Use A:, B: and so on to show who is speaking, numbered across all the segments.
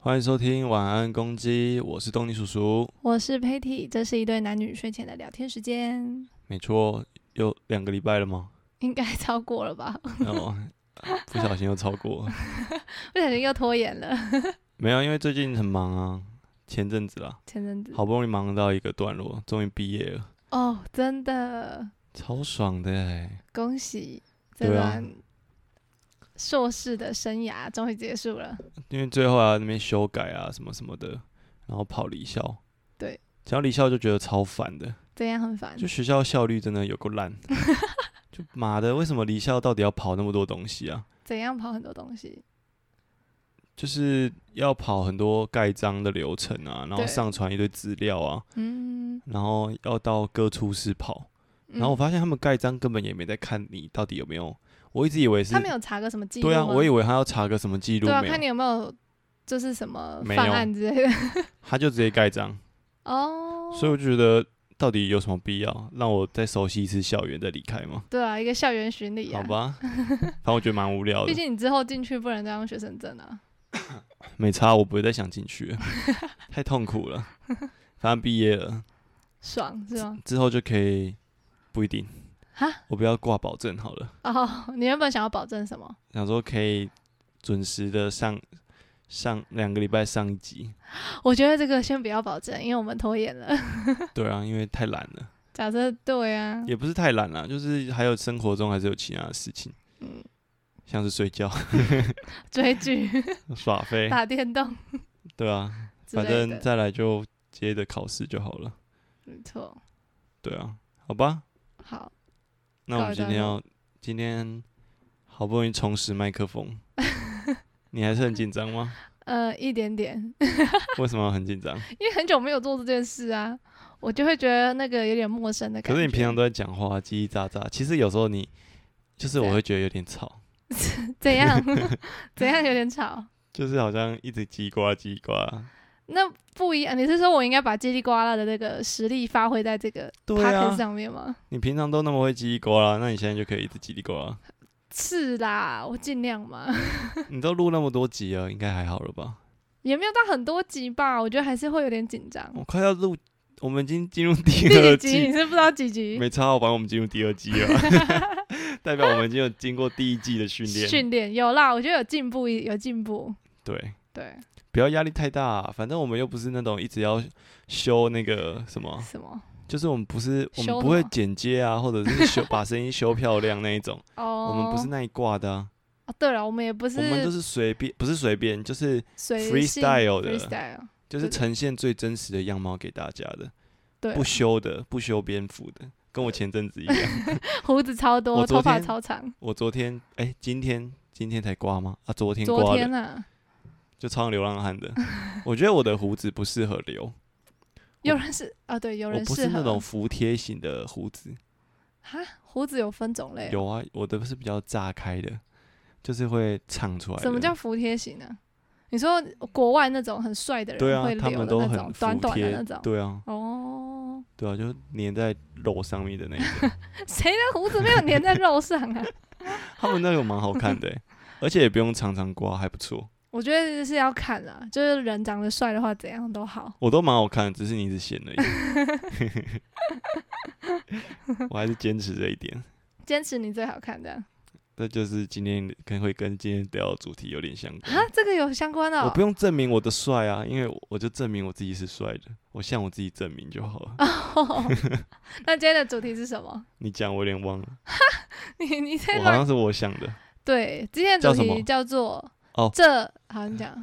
A: 欢迎收听《晚安公鸡》，我是东尼叔叔。
B: 我是 Patty，这是一对男女睡前的聊天时间，
A: 没错，又两个礼拜了吗？
B: 应该超过了吧？
A: 哦，不小心又超过了。
B: 不小心又拖延了。
A: 没有，因为最近很忙啊，前阵子啦，
B: 前阵子
A: 好不容易忙到一个段落，终于毕业了，
B: 哦，真的
A: 超爽的哎、
B: 恭喜这
A: 对啊
B: 段硕士的生涯终于结束了。
A: 因为最后啊那边修改啊什么什么的，然后跑离校。
B: 对，嗯
A: 讲到离校就觉得超烦的，
B: 这样很烦
A: 就，学校效率真的有够烂。就妈的，为什么离校到底要跑那么多东西啊？
B: 怎样跑很多东西？
A: 就是要跑很多盖章的流程啊，然后
B: 对
A: 上传一堆资料啊，
B: 嗯，
A: 然后要到各处室跑。
B: 嗯
A: 然后我发现他们盖章根本也没在看你到底有没有，我一直以为是
B: 他们有查个什么记录
A: 对啊，
B: 吗
A: 我以为他要查个什么记录
B: 对啊，
A: 没
B: 看你
A: 有，
B: 有没有就是什么
A: 没有
B: 犯案之类的
A: 他就直接盖章，
B: 哦。
A: 所以我就觉得到底有什么必要让我再熟悉一次校园再离开吗？
B: 对啊，一个校园巡礼
A: 好
B: 啊，
A: 吧，反正我觉得蛮无聊
B: 毕
A: 的，
B: 竟你之后进去不能再用学生证啊。
A: 没差，我不会再想进去了，太痛苦了。反正毕业了
B: 爽是吗？
A: 之后就可以，不一定
B: 哈，
A: 我不要挂保证好了。
B: 哦，你原本想要保证什么？
A: 想说可以准时的上上两个礼拜上一集。
B: 我觉得这个先不要保证，因为我们拖延了。
A: 对啊，因为太懒了，
B: 假设对啊，
A: 也不是太懒了，就是还有生活中还是有其他的事情，
B: 嗯，
A: 像是睡觉、
B: 追剧、
A: 耍飞，
B: 打电动
A: 对啊，
B: 之
A: 反
B: 类
A: 正
B: 的，
A: 再来就接着考试就好了。
B: 没错。
A: 对啊，好吧，
B: 好，
A: 那我们今天
B: 告一段
A: 要今天好不容易重拾麦克 风，你还是很紧张吗？
B: 呃，一点点，
A: 为什么很紧张？
B: 因为很久没有做这件事啊，我就会觉得那个有点陌生的感
A: 可
B: 觉。
A: 是你平常都在讲话，叽叽喳喳，其实有时候你就是我会觉得有点吵。
B: 怎 样怎样有点吵？
A: 就是好像一直叽呱叽呱。
B: 那不一样，你是说我应该把叽里呱啦的这个实力发挥在这个 p
A: 对
B: o
A: 啊
B: d 上面吗？
A: 你平常都那么会叽里呱啦，那你现在就可以一直叽里呱 啦。
B: 是啦，我尽量嘛，
A: 你都录那么多集啊了，应该还好了吧？
B: 也没有到很多集吧，我觉得还是会有点紧张。
A: 我快要录，我们已经进入第
B: 嗯第
A: 二
B: 几集 你
A: 季，
B: 是不知道几集？
A: 没差好，反正我们进入第二 季了，代表我们已经有经过第一季的训练。
B: 训练有啦，我觉得有进步，有进步。
A: 对，
B: 对，
A: 不要压力太大、啊反正我们又不是那种一直要修那个什么，
B: 什么？
A: 就是我们不是我
B: 修什
A: 们
B: 么
A: 不会剪接 啊，或者是修把声音修漂亮那一种，
B: 哦，
A: 我们不是那一挂的、啊，
B: 哦，对了，我们也不
A: 我们就是是随便，不是随便，就是
B: 随性
A: freestyle 的
B: freestyle，
A: 就是
B: 对对
A: 呈现最真实的样貌给大家的，
B: 对啊，
A: 不修的，不修边幅的，跟我前阵子一 样。
B: 胡子超
A: 我
B: 多，
A: 昨
B: 头发
A: 天
B: 超长。
A: 我昨天，哎、今天今天才刮吗？啊，昨天
B: 昨
A: 刮
B: 天
A: 的，
B: 啊，
A: 就超像流浪 汉的。我觉得我的胡子不适合留，
B: 有人是啊，对，有
A: 我
B: 人
A: 不
B: 适
A: 是
B: 合
A: 那种服帖型的胡子。
B: 哈，胡子有分种类哦。
A: 有啊，我的是比较炸开的，就是会唱出来的。
B: 什么叫服帖型呢？你说国外那种很帅的
A: 对
B: 人
A: 啊
B: 会，
A: 他们
B: 留
A: 都
B: 的那
A: 很
B: 种
A: 服
B: 短短
A: 帖
B: 的那种，
A: 对啊，
B: 哦，
A: 对啊，就粘在肉上面的那种。
B: 谁的胡子没有粘在肉上啊？
A: 他们那个蛮好看的欸、而且也不用常常刮，还不错。
B: 我觉得是要看啦，就是人长得帅的话，怎样都好。
A: 我都蛮好看的，只是你一直 嫌而已。我还是坚持这一点，
B: 坚持你最好看这样
A: 这就是今天可能会跟今天聊的主题有点相
B: 啊
A: 关。，
B: 这个有相关的、
A: 我
B: 哦
A: 不。用证明我的帅啊，因为我我就证明我自己是帅的，我向我自己证明就好了。
B: 哦， 那今天的主题是什么？
A: 你讲我有点忘了，
B: 你你在
A: 我好
B: 乱
A: 像是我想的。
B: 对，今天的主
A: 叫什么
B: 题叫做
A: 哦
B: 这好你讲，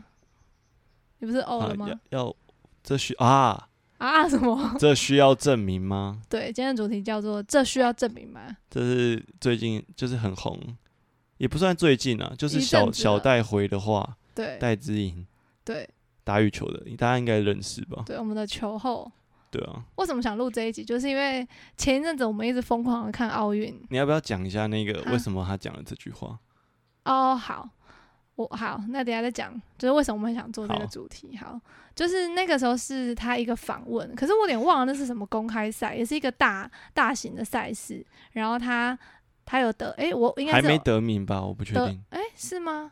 B: 你不是哦
A: 啊
B: 了吗？
A: 要要这需啊，
B: 啊 什么？
A: 这需要证明吗？
B: 对，今天的主题叫做这需要证明吗？
A: 这是最近就是很红，也不算最近啊，就是
B: 一
A: 小
B: 阵子
A: 小
B: 了
A: 戴回的话，
B: 对
A: 戴之颖
B: 对
A: 打羽球的，大家应该认识吧？
B: 对，我们的球后
A: 对啊，
B: 为什么想录这一集？就是因为前一阵子我们一直疯狂的看奥运
A: 你要不要讲一下那个
B: 啊
A: 为什么他讲了这句话？
B: 哦，好。我好，那等一下再讲，就是为什么我们想做这
A: 好
B: 个主题。好，就是那个时候是他一个访问，可是我有点忘了那是什么公开赛，也是一个大大型的赛事。然后他他有得，诶，我应该
A: 还
B: 是有
A: 没得名吧？我不确
B: 得
A: 定，
B: 诶，是吗？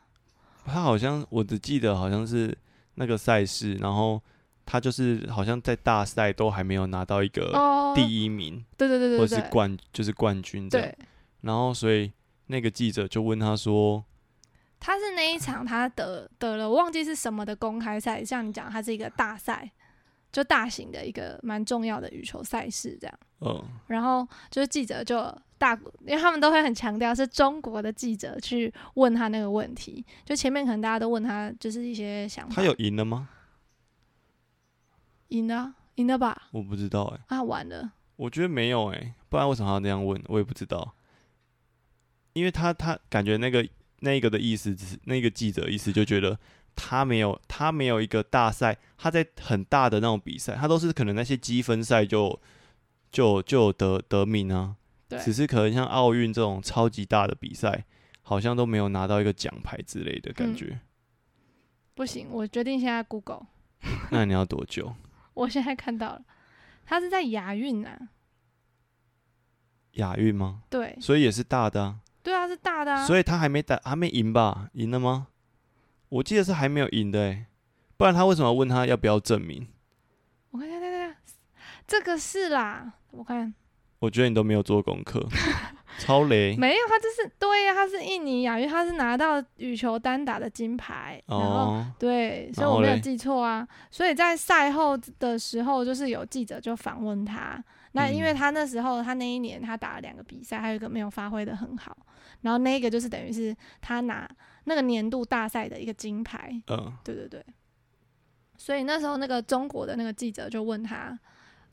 A: 他好像我只记得好像是那个赛事，然后他就是好像在大赛都还没有拿到一个
B: 哦，
A: 呃第一名，
B: 对对对对
A: 或者是
B: 对，
A: 冠就是冠军这样。
B: 对，
A: 然后所以那个记者就问他说
B: 他是那一场他得得了，我忘记是什么的公开赛，像你讲，它是一个大赛，就大型的一个蛮重要的羽球赛事这样。：“
A: 呃，
B: 然后就是记者就大，因为他们都会很强调是中国的记者去问他那个问题，就前面可能大家都问他就是一些想法，
A: 他有赢了吗？
B: 赢了啊赢了吧？
A: 我不知道哎、
B: 啊，完了，
A: 我觉得没有哎、不然为什么要那样问？我也不知道，因为他他感觉那个那个的意思，只是那个记者意思就觉得他没有他没有一个大赛，他在很大的那种比赛，他都是可能那些积分赛就就就有得得名啊，
B: 对
A: 只是可能像奥运这种超级大的比赛，好像都没有拿到一个奖牌之类的感
B: 嗯
A: 觉。
B: 不行，我决定现在 Google，
A: 那你要多久？
B: 我现在看到了，他是在亚运啊，
A: 亚运吗？
B: 对，
A: 所以也是大的啊。
B: 对啊，是大的啊，
A: 所以他还没打，还没赢吧？赢了吗？我记得是还没有赢的、欸，不然他为什么问他要不要证明？
B: 我看看看看，这个是啦，我看
A: 我觉得你都没有做功 课，超雷。
B: 没有，他这是对呀、他是印尼亚运，他是拿到羽球单打的金牌，然后
A: 哦，
B: 对，所以
A: 然后
B: 我没有
A: 嘞
B: 记错啊。所以在赛后的时候，就是有记者就访问他。那因为
A: 嗯
B: 他那时候，他那一年他打了两个比赛，还有一个没有发挥的很好。然后那一个就是等于是他拿那个年度大赛的一个金牌，
A: 嗯、
B: 对对对。所以那时候那个中国的那个记者就问他，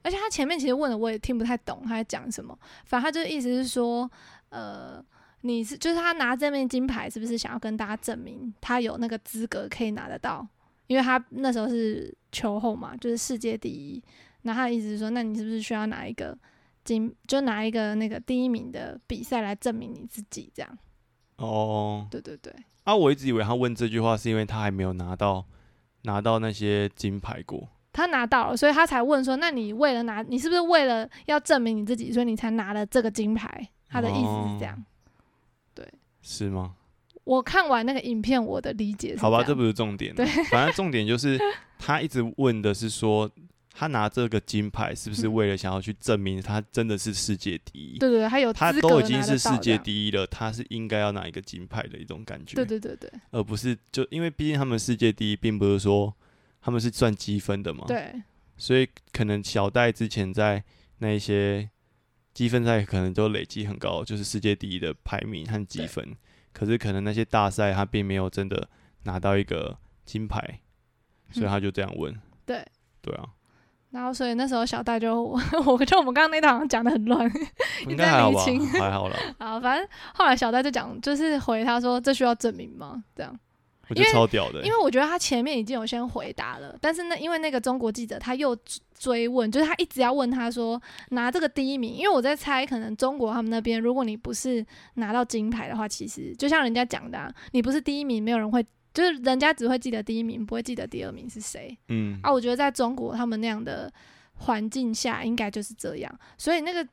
B: 而且他前面其实问的我也听不太懂他在讲什么，反正他就是意思是说，呃，你是就是他拿这面金牌是不是想要跟大家证明他有那个资格可以拿得到？因为他那时候是球后嘛，就是世界第一。那他的意思是说，那你是不是需要拿一个金，就拿一个那个第一名的比赛来证明你自己？这样，
A: 哦，
B: 对对对，
A: 啊，我一直以为他问这句话是因为他还没有拿到拿到那些金牌过。
B: 他拿到了，所以他才问说：“那你为了拿，你是不是为了要证明你自己，所以你才拿了这个金牌？”他的意思是这样。
A: 哦是吗？
B: 我看完那个影片，我的理解是
A: 好吧，
B: 这
A: 这
B: 样
A: 不是重点啊。
B: 对
A: 反正重点就是他一直问的是说，他拿这个金牌是不是
B: 嗯
A: 为了想要去证明他真的是世界第一？
B: 对对对，他有
A: 他
B: 哦资格
A: 都已经
B: 拿
A: 是
B: 得
A: 世
B: 到这
A: 界
B: 样
A: 第一了，他是应该要拿一个金牌的一种感觉，
B: 对对对对
A: 而不是就因为毕竟他们世界第一，并不是说他们是算积分的嘛，，
B: 对
A: 所以可能小戴之前在那一些积分赛可能都累积很高，就是世界第一的排名和积
B: 对
A: 分，可是可能那些大赛他并没有真的拿到一个金牌，所以
B: 嗯
A: 他就这样问，
B: 对。
A: 对 啊，
B: 然后所以那时候小戴就， 我就我们刚刚那段好像讲的很乱，
A: 应
B: 直
A: 该
B: 在
A: 还好
B: 厘
A: 吧，
B: 清
A: 还好啦，
B: 啊，反正后来小戴就讲，就是回他说：“这需要证明吗？”这样。
A: 我觉得
B: 因为
A: 超屌的欸、
B: 因为我觉得他前面已经有先回答了，但是那因为那个中国记者他又追追问，就是他一直要问他说拿这个第一名，因为我在猜，可能中国他们那边，如果你不是拿到金牌的话，其实就像人家讲的、啊，你不是第一名，没有人会，就是人家只会记得第一名，不会记得第二名是谁
A: 嗯，
B: 啊。我觉得在中国他们那样的环境下，应该就是这样，所以那个。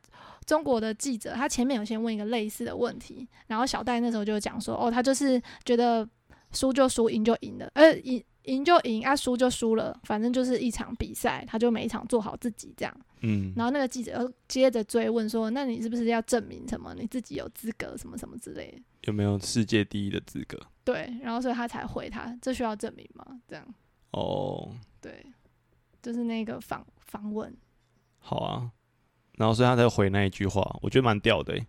B: 中国的记者，他前面有先问一个类似的问题，然后小戴那时候就讲说，哦，他就是觉得输就输，赢就赢了，呃，赢赢就赢，啊，输就输了，反正就是一场比赛，他就每一场做好自己这样。
A: 嗯，
B: 然后那个记者又接着追问说，那你是不是要证明什么，你自己有资格什么什么之类的？
A: 有没有世界第一的资格？
B: 对，然后所以他才回他，这需要证明吗？这样，
A: 哦，
B: 对，就是那个访访问，
A: 好啊，然后所以他才回那一句话，我觉得蛮屌的欸、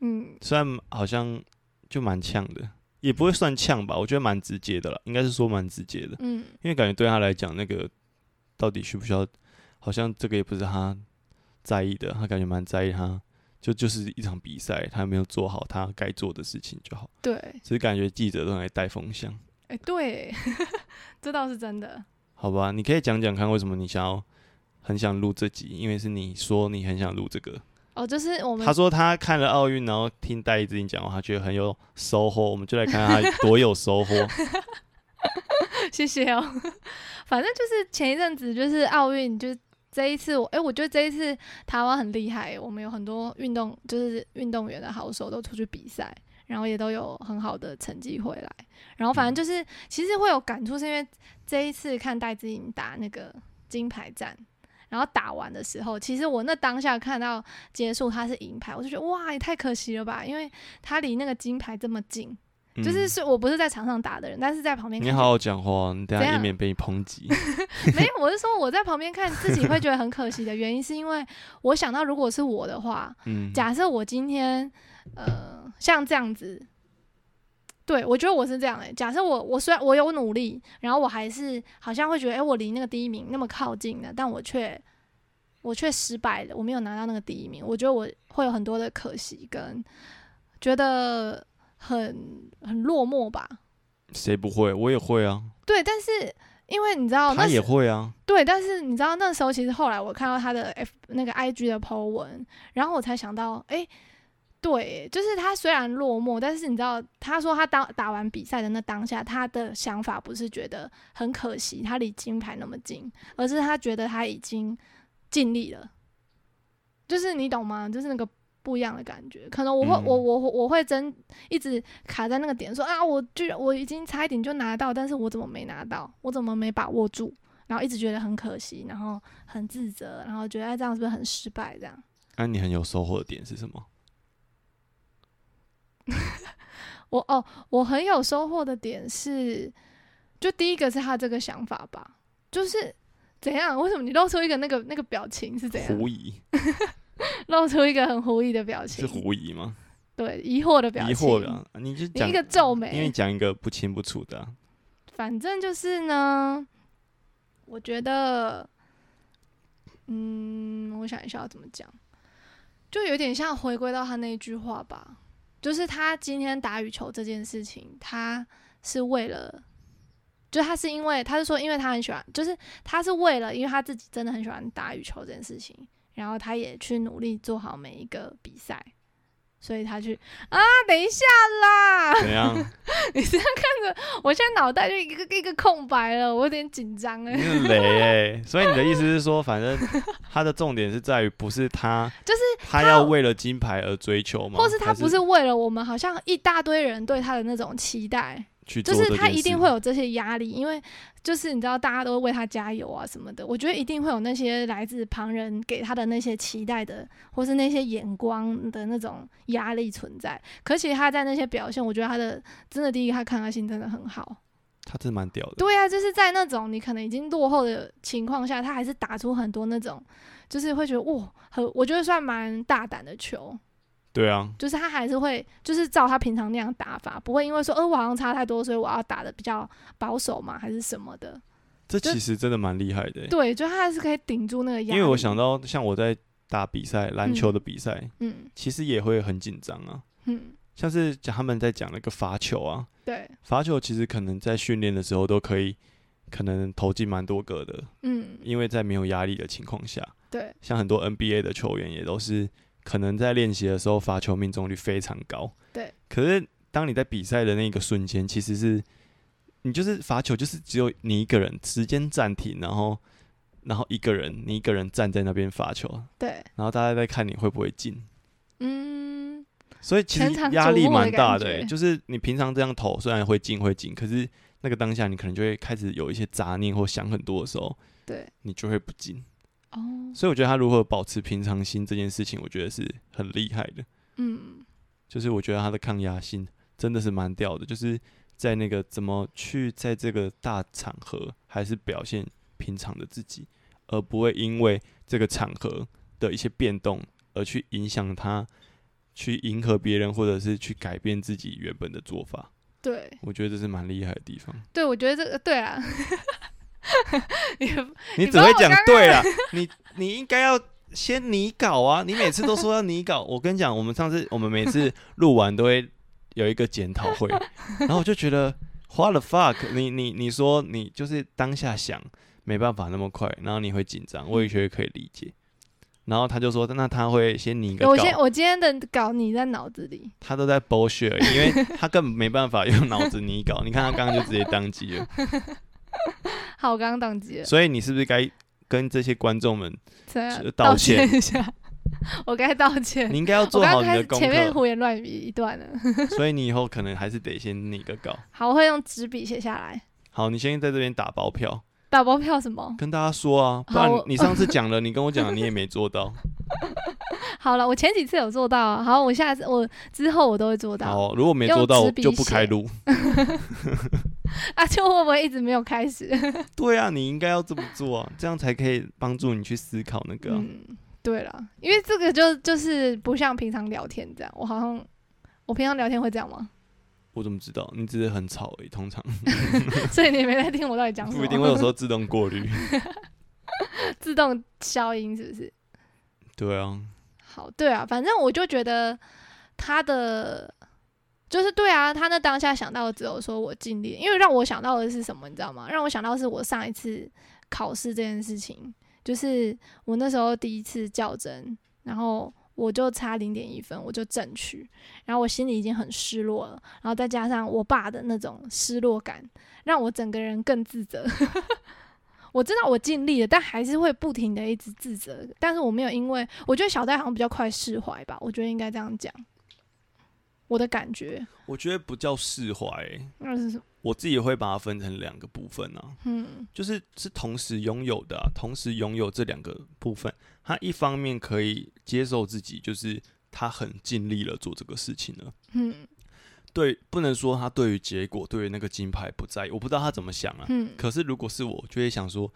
B: 嗯，
A: 虽然好像就蛮呛的，也不会算呛吧，我觉得蛮直接的了，应该是说蛮直接的，
B: 嗯，
A: 因为感觉对他来讲，那个到底需不需要，好像这个也不是他在意的，他感觉蛮在意他。就就是一场比赛，他没有做好他该做的事情就好，
B: 对，
A: 只是感觉记者都很爱带风向，
B: 哎，对， 这倒是真的。
A: 好吧？你可以讲讲看为什么你想要很想录这集，因为是你说你很想录这个，
B: 哦，就是我们
A: 他说他看了奥运，然后听戴一之音讲话，他觉得很有收获。我们就来看看 他多有收获。
B: 谢谢哦。 反正就是前一阵子就是奥运，就是这一次我哎、我觉得这一次台湾很厉害，我们有很多运动就是运动员的好手都出去比赛，然后也都有很好的成绩回来。然后
A: 嗯
B: 反正就是，其实会有感触，是因为这一次看戴资颖打那个金牌战，然后打完的时候，其实我那当下看到结束他是银牌，我就觉得哇，也太可惜了吧，因为他离那个金牌这么近。
A: 嗯
B: 就是是我不是在场上打的人，但是在旁边
A: 你
B: 看
A: 好好讲话，哦你等
B: 怎
A: 下以
B: 样
A: 免被你抨 击。
B: 没有，我是说我在旁边看自己会觉得很可惜的原因，是因为我想到如果是我的话，
A: 嗯，
B: 假设我今天呃像这样子，对我觉得我是这样哎、假设我我虽然我有努力，然后我还是好像会觉得哎、诶我离那个第一名那么靠近了，但我却我却失败了，我没有拿到那个第一名，我觉得我会有很多的可惜跟觉得很很落寞吧。
A: 谁不会？我也会啊，
B: 对，但是因为你知哦道那
A: 他
B: 是
A: 也会啊。
B: 对，但是你知道那时候其实后来我看到他的 F 那个 IG 的 po 文，然后我才想到，哎、对，就是他虽然落寞，但是你知道，他说他当打完比赛的那当下，他的想法不是觉得很可惜，他离金牌那么近，而是他觉得他已经尽力了，就是你懂吗？就是那个。不一样的感觉，可能我会、我
A: 嗯
B: 我我我会真一直卡在那个点，说啊，我居然我已经差一点就拿到，但是我怎么没拿到？我怎么没把握住？然后一直觉得很可惜，然后很自责，然后觉得哎这样是不是很失败？这样，
A: 那、啊你很有收获的点是什么？
B: 我哦，我很有收获的点是，就第一个是他这个想法吧，就是怎样？为什么你露出一个那个那个表情是怎样？
A: 狐疑
B: 露出一个很狐疑的表
A: 是
B: 情，
A: 狐疑吗？
B: 对，疑惑的表情，
A: 疑惑啊，你就
B: 你
A: 讲
B: 一，个皱
A: 因为
B: 眉，
A: 讲一个不清不楚的 啊、
B: 反正就是呢，我觉得，嗯，我想一下要怎么讲，就有点像回归到他那一句话吧，就是他今天打羽球这件事情，他是为了，就他是因为他是说，因为他很喜欢，就是他是为了，因为他自己真的很喜欢打羽球这件事情，然后他也去努力做好每一个比赛，所以他去啊，等一下啦，
A: 怎样？
B: 你这样看着，我现在脑袋就一个一个空白了，我有点紧张
A: 你
B: 哎。
A: 是 雷哎、所以你的意思是说，反正他的重点是在于不是他，
B: 就是
A: 他要为了金牌而追求吗？
B: 或是他
A: 还
B: 不是为了我们，好像一大堆人对他的那种期待，
A: 去
B: 就
A: 做
B: 是
A: 这
B: 他
A: 件
B: 一定
A: 事
B: 会有这些压力，因为就是你知道大家都会为他加油啊什么的，我觉得一定会有那些来自旁人给他的那些期待的，或是那些眼光的那种压力存在。可其实他在那些表现，我觉得他的真的第一，他抗压性真的很好，
A: 他真的蛮屌的。
B: 对啊，就是在那种你可能已经落后的情况下，他还是打出很多那种，就是会觉得哇，很我觉得算蛮大胆的球，
A: 对啊，
B: 就是他还是会就是照他平常那样打法，不会因为说呃我好像差太多，所以我要打的比较保守嘛，还是什么的。
A: 这
B: 就
A: 其实真的蛮厉害的欸、
B: 对，就他还是可以顶住那个压
A: 因
B: 力。
A: 为我想，到像我在打比赛，篮
B: 嗯
A: 球的比赛、
B: 嗯
A: 其实也会很紧张啊。
B: 嗯，
A: 像是讲他们在讲那个罚球啊，
B: 对，
A: 罚球其实可能在训练的时候都可以，可能投进蛮多个的，
B: 嗯
A: 因为在没有压力的情况下，
B: 对，
A: 像很多 NBA 的球员也都是可能在练习的时候罚球命中率非常高，
B: 对。
A: 可是当你在比赛的那个瞬间，其实是你就是罚球，就是只有你一个人，时间暂停，然后然后一个人你一个人站在那边罚球，
B: 对，
A: 然后大家在看你会不会进。
B: 嗯
A: 所以其实
B: 全场
A: 压力
B: 瞩目的
A: 蛮大的、
B: 感
A: 欸，
B: 觉
A: 就是你平常这样投，虽然会进会进，可是那个当下你可能就会开始有一些杂念或想很多的时候，
B: 对，
A: 你就会不进。
B: 哦
A: 所以我觉得他如何保持平常心这件事情，我觉得是很厉害的。
B: 嗯
A: 就是我觉得他的抗压性真的是蛮屌的，就是在那个怎么去在这个大场合还是表现平常的自己，而不会因为这个场合的一些变动而去影响他去迎合别人，或者是去改变自己原本的做法。
B: 对
A: 我觉得这是蛮厉害的地方。
B: 对，我觉得这个对啊， 你
A: 你
B: 你
A: 只
B: 把
A: 会
B: 我
A: 讲
B: 刚刚
A: 对 啊，你你应该要先拟稿啊！你每次都说要拟稿，我跟你讲，我们上次我们每次录完都会有一个检讨会，然后我就觉得 what the fuck，你你你说你就是当下想没办法那么快，然后你会紧张，我也觉得可以理解。然后他就说，那他会先拟一个
B: 我先
A: 稿，
B: 我今天的稿你在脑子里，
A: 他都在 bullshit，而已因为他根本没办法用脑子拟稿。你看他刚刚就直接当机了，
B: 好，我刚刚宕机了，
A: 所以你是不是该跟这些观众们
B: 这样
A: 是道
B: 道歉
A: 歉
B: 一下。 我该道歉
A: 你。应该要
B: 我
A: 做好
B: 刚
A: 你
B: 开
A: 的
B: 始
A: 功
B: 前面
A: 课，
B: 胡言乱语一段了。
A: 所以你以后可能还是得先拟个稿。
B: 好，我会用纸笔写下来。
A: 好，你先在这边打包票，
B: 打包票什么？
A: 跟大家说啊，不
B: 好
A: 然
B: 我
A: 你上次讲了，你跟我讲你也没做 到。
B: 好了，我前几次有做到、啊，好，我下次我之后我都会做到
A: 好，如果没做到
B: 用
A: 我
B: 纸笔
A: 就不开
B: 写
A: 录。
B: 啊，就会不会一直没有开始？
A: 对啊，你应该要这么做啊，这样才可以帮助你去思考那个啊、
B: 嗯，对了，因为这个就就是不像平常聊天这样，我好像我平常聊天会这样吗？
A: 我怎么知道？你只是很吵而已，通常
B: 所以你也没在听我到底讲什么，
A: 不一定。我有时候自动过滤。
B: 自动消音是不是？
A: 对啊，
B: 好，对啊，反正我就觉得他的就是对啊，他那当下想到的只有说我尽力，因为让我想到的是什么，你知道吗？让我想到的是我上一次考试这件事情，就是我那时候第一次较真，然后我就差零点一分，我就正取，然后我心里已经很失落了，然后再加上我爸的那种失落感，让我整个人更自责。我知道我尽力了，但还是会不停的一直自责。但是我没有因为，我觉得小戴好像比较快释怀吧，我觉得应该这样讲。我的感觉
A: 我觉得不叫释怀欸、
B: 那是什么？
A: 我自己会把它分成两个部分啊，
B: 嗯
A: 就是是同时拥有的、啊，同时拥有这两个部分，他一方面可以接受自己，就是他很尽力了做这个事情了。
B: 嗯
A: 对，不能说他对于结果，对于那个金牌不在意，我不知道他怎么想啊。
B: 嗯
A: 可是如果是我，就会想说，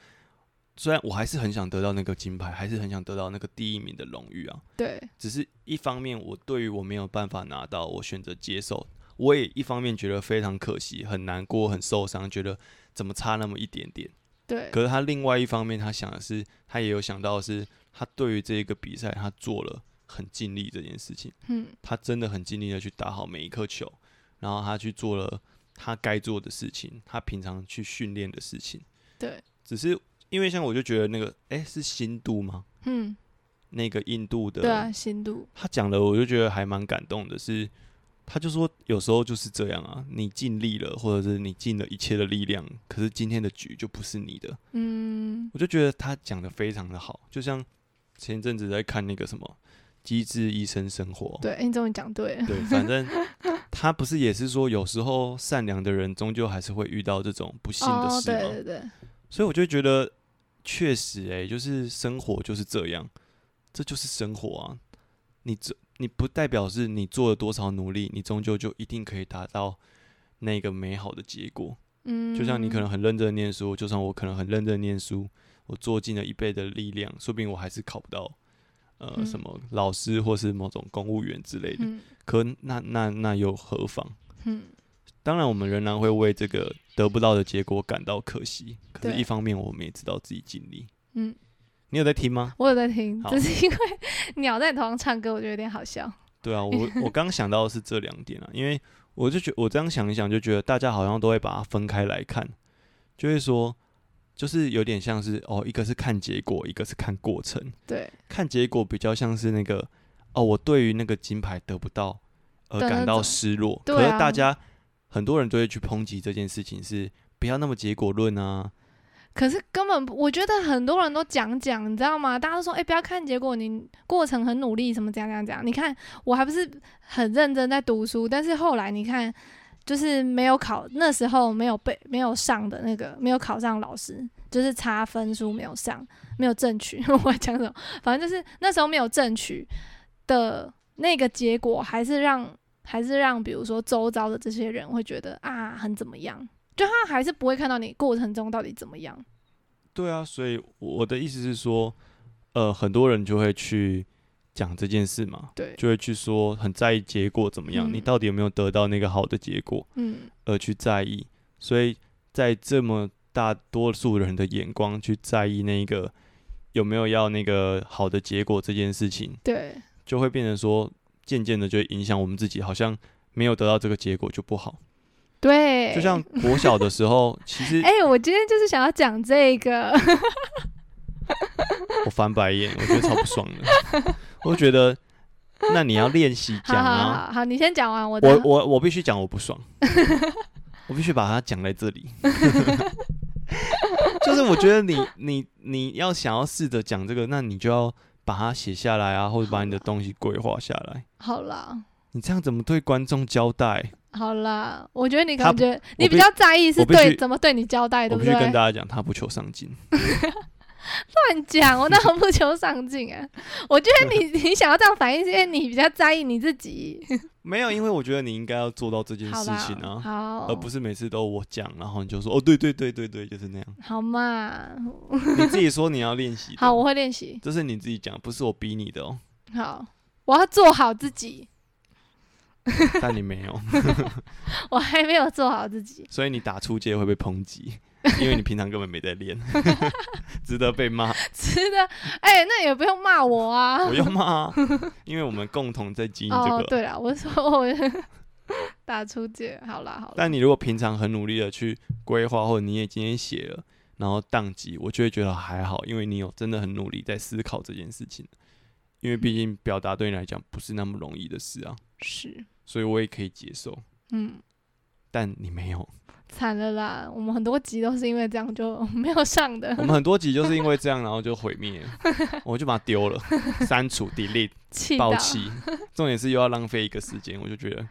A: 虽然我还是很想得到那个金牌，还是很想得到那个第一名的荣誉啊，
B: 对，
A: 只是一方面我对于我没有办法拿到，我选择接受，我也一方面觉得非常可惜，很难过，很受伤，觉得怎么差那么一点点。
B: 对，
A: 可是他另外一方面，他想的是，他也有想到的是，他对于这个比赛，他做了很尽力这件事情，
B: 嗯
A: 他真的很尽力的去打好每一颗球，然后他去做了他该做的事情，他平常去训练的事情。
B: 对，
A: 只是因为像我就觉得那个，诶，是新度吗？
B: 嗯，
A: 那个印度的，
B: 对啊，心度，
A: 他讲的，我就觉得还蛮感动的是。他就说，有时候就是这样啊，你尽力了，或者是你尽了一切的力量，可是今天的局就不是你的，
B: 嗯
A: 我就觉得他讲的非常的好，就像前一阵子在看那个什么《机智医生生活》
B: 对，你终于讲对了，
A: 对，反正他不是也是说，有时候善良的人终究还是会遇到这种不幸的
B: 哦，
A: 事
B: 对
A: 嘛。
B: 对对，
A: 所以我就觉得，确实、欸，就是生活就是这样，这就是生活啊。你这你不代表是你做了多少努力，你终究就一定可以达到那个美好的结果。
B: 嗯，
A: 就像你可能很认真念书，就算我可能很认真念书，我做尽了一倍的力量，说不定我还是考不到呃、
B: 嗯
A: 什么老师或是某种公务员之类的。
B: 嗯
A: 可那那那又何妨？
B: 嗯
A: 当然，我们仍然会为这个得不到的结果感到可惜。可是，
B: 对
A: 一方面我们也知道自己尽力。
B: 嗯，
A: 你有在听吗？
B: 我有在听，
A: 好
B: 只是因为 鸟在你头上唱歌，我觉得有点好笑。
A: 对啊， 我我刚想到的是这两点啊，因为我就觉我这样想一想，就觉得大家好像都会把它分开来看，就会说，就是有点像是哦，一个是看结果，一个是看过程。
B: 对，
A: 看结果比较像是那个哦，我对于那个金牌得不到而
B: 的那
A: 感到
B: 种
A: 失落。
B: 啊对
A: 可是
B: 啊
A: 大家很多人都会去抨击这件事情是不要那么结果论啊，
B: 可是根本不，我觉得很多人都讲讲，你知道吗？大家都说，哎、不要看结果，你过程很努力，什么怎样怎样怎样。你看，我还不是很认真在读书，但是后来你看，就是没有考，那时候没有被没有上的那个，没有考上老师，就是差分数没有上，没有正取。我在讲什么？反正就是那时候没有正取的那个结果，还是让还是让，比如说周遭的这些人会觉得啊，很怎么样。就他还是不会看到你过程中到底怎么样，
A: 对啊，所以我的意思是说，呃，很多人就会去讲这件事嘛，
B: 对，
A: 就会去说很在意结果怎么样，你
B: 嗯
A: 到底有没有得到那个好的结果
B: 嗯，
A: 而去在意。所以在这么大多数人的眼光去在意那个有没有要那个好的结果这件事情，
B: 对，
A: 就会变成说，渐渐的就会影响我们自己，好像没有得到这个结果就不好。
B: 对，
A: 就像国小的时候，其实
B: 哎、我今天就是想要讲这个，
A: 我翻白眼，我觉得超不爽的。我就觉得，那你要练习
B: 好
A: 讲
B: 好
A: 啊！
B: 好好，你先讲完我的，
A: 我我我必须讲我不 爽，我必须把它讲在这里。 就是我觉得你你你要想要试着讲这个，那你就要把它写下来啊，或者把你的东西规划下来。
B: 好啦，
A: 你这样怎么对观众交代？
B: 好啦，我觉得你
A: 他
B: 感觉你
A: 我
B: 比
A: 必
B: 较在意是
A: 我必
B: 对
A: 须
B: 怎么对你交哎代，对
A: 我
B: 不
A: 必
B: 对？
A: 须跟
B: 乱
A: 大 家讲，他不求上进。
B: 讲，我那很不求上进啊！我觉得 你你想要这样反应，是因为你比较在意你自己，
A: 没有，因为我觉得你应该要做到这件
B: 好
A: 事
B: 吧？
A: 情啊，
B: 好，
A: 而不是每次都我讲，然后你就说哦，对对对对对，就是那样。
B: 好嘛？
A: 你自己说你要练习的，
B: 好，我会练习。
A: 这是你自己讲，不是我逼你的哦。
B: 好，我要做好自己，
A: 但你没有，
B: 我还没有做好自己。
A: 所以你打出界会被抨击，因为你平常根本没在练， 值得被 骂。
B: 吃的，哎、那也不用骂我啊。
A: 我要骂啊，因为我们共同在经营这
B: 哦，
A: 个。
B: 对了，我说我 打出界，好啦好啦，
A: 但你如果平常很努力的去规划，或者你也今天写了，然后宕机，我就会觉得还好，因为你有真的很努力在思考这件事情。因为毕竟表达对你来讲不是那么容易的事啊，
B: 是，
A: 所以我也可以接受。
B: 嗯，
A: 但你没有，
B: 惨了啦，我们很多集都是因为这样就 没有上的
A: 我，们很多集就是因为这样，然后就毁灭了，我就把它丢了，删除、delete、
B: 气到
A: 爆 气。重点是又要浪费一个时间，我就觉得，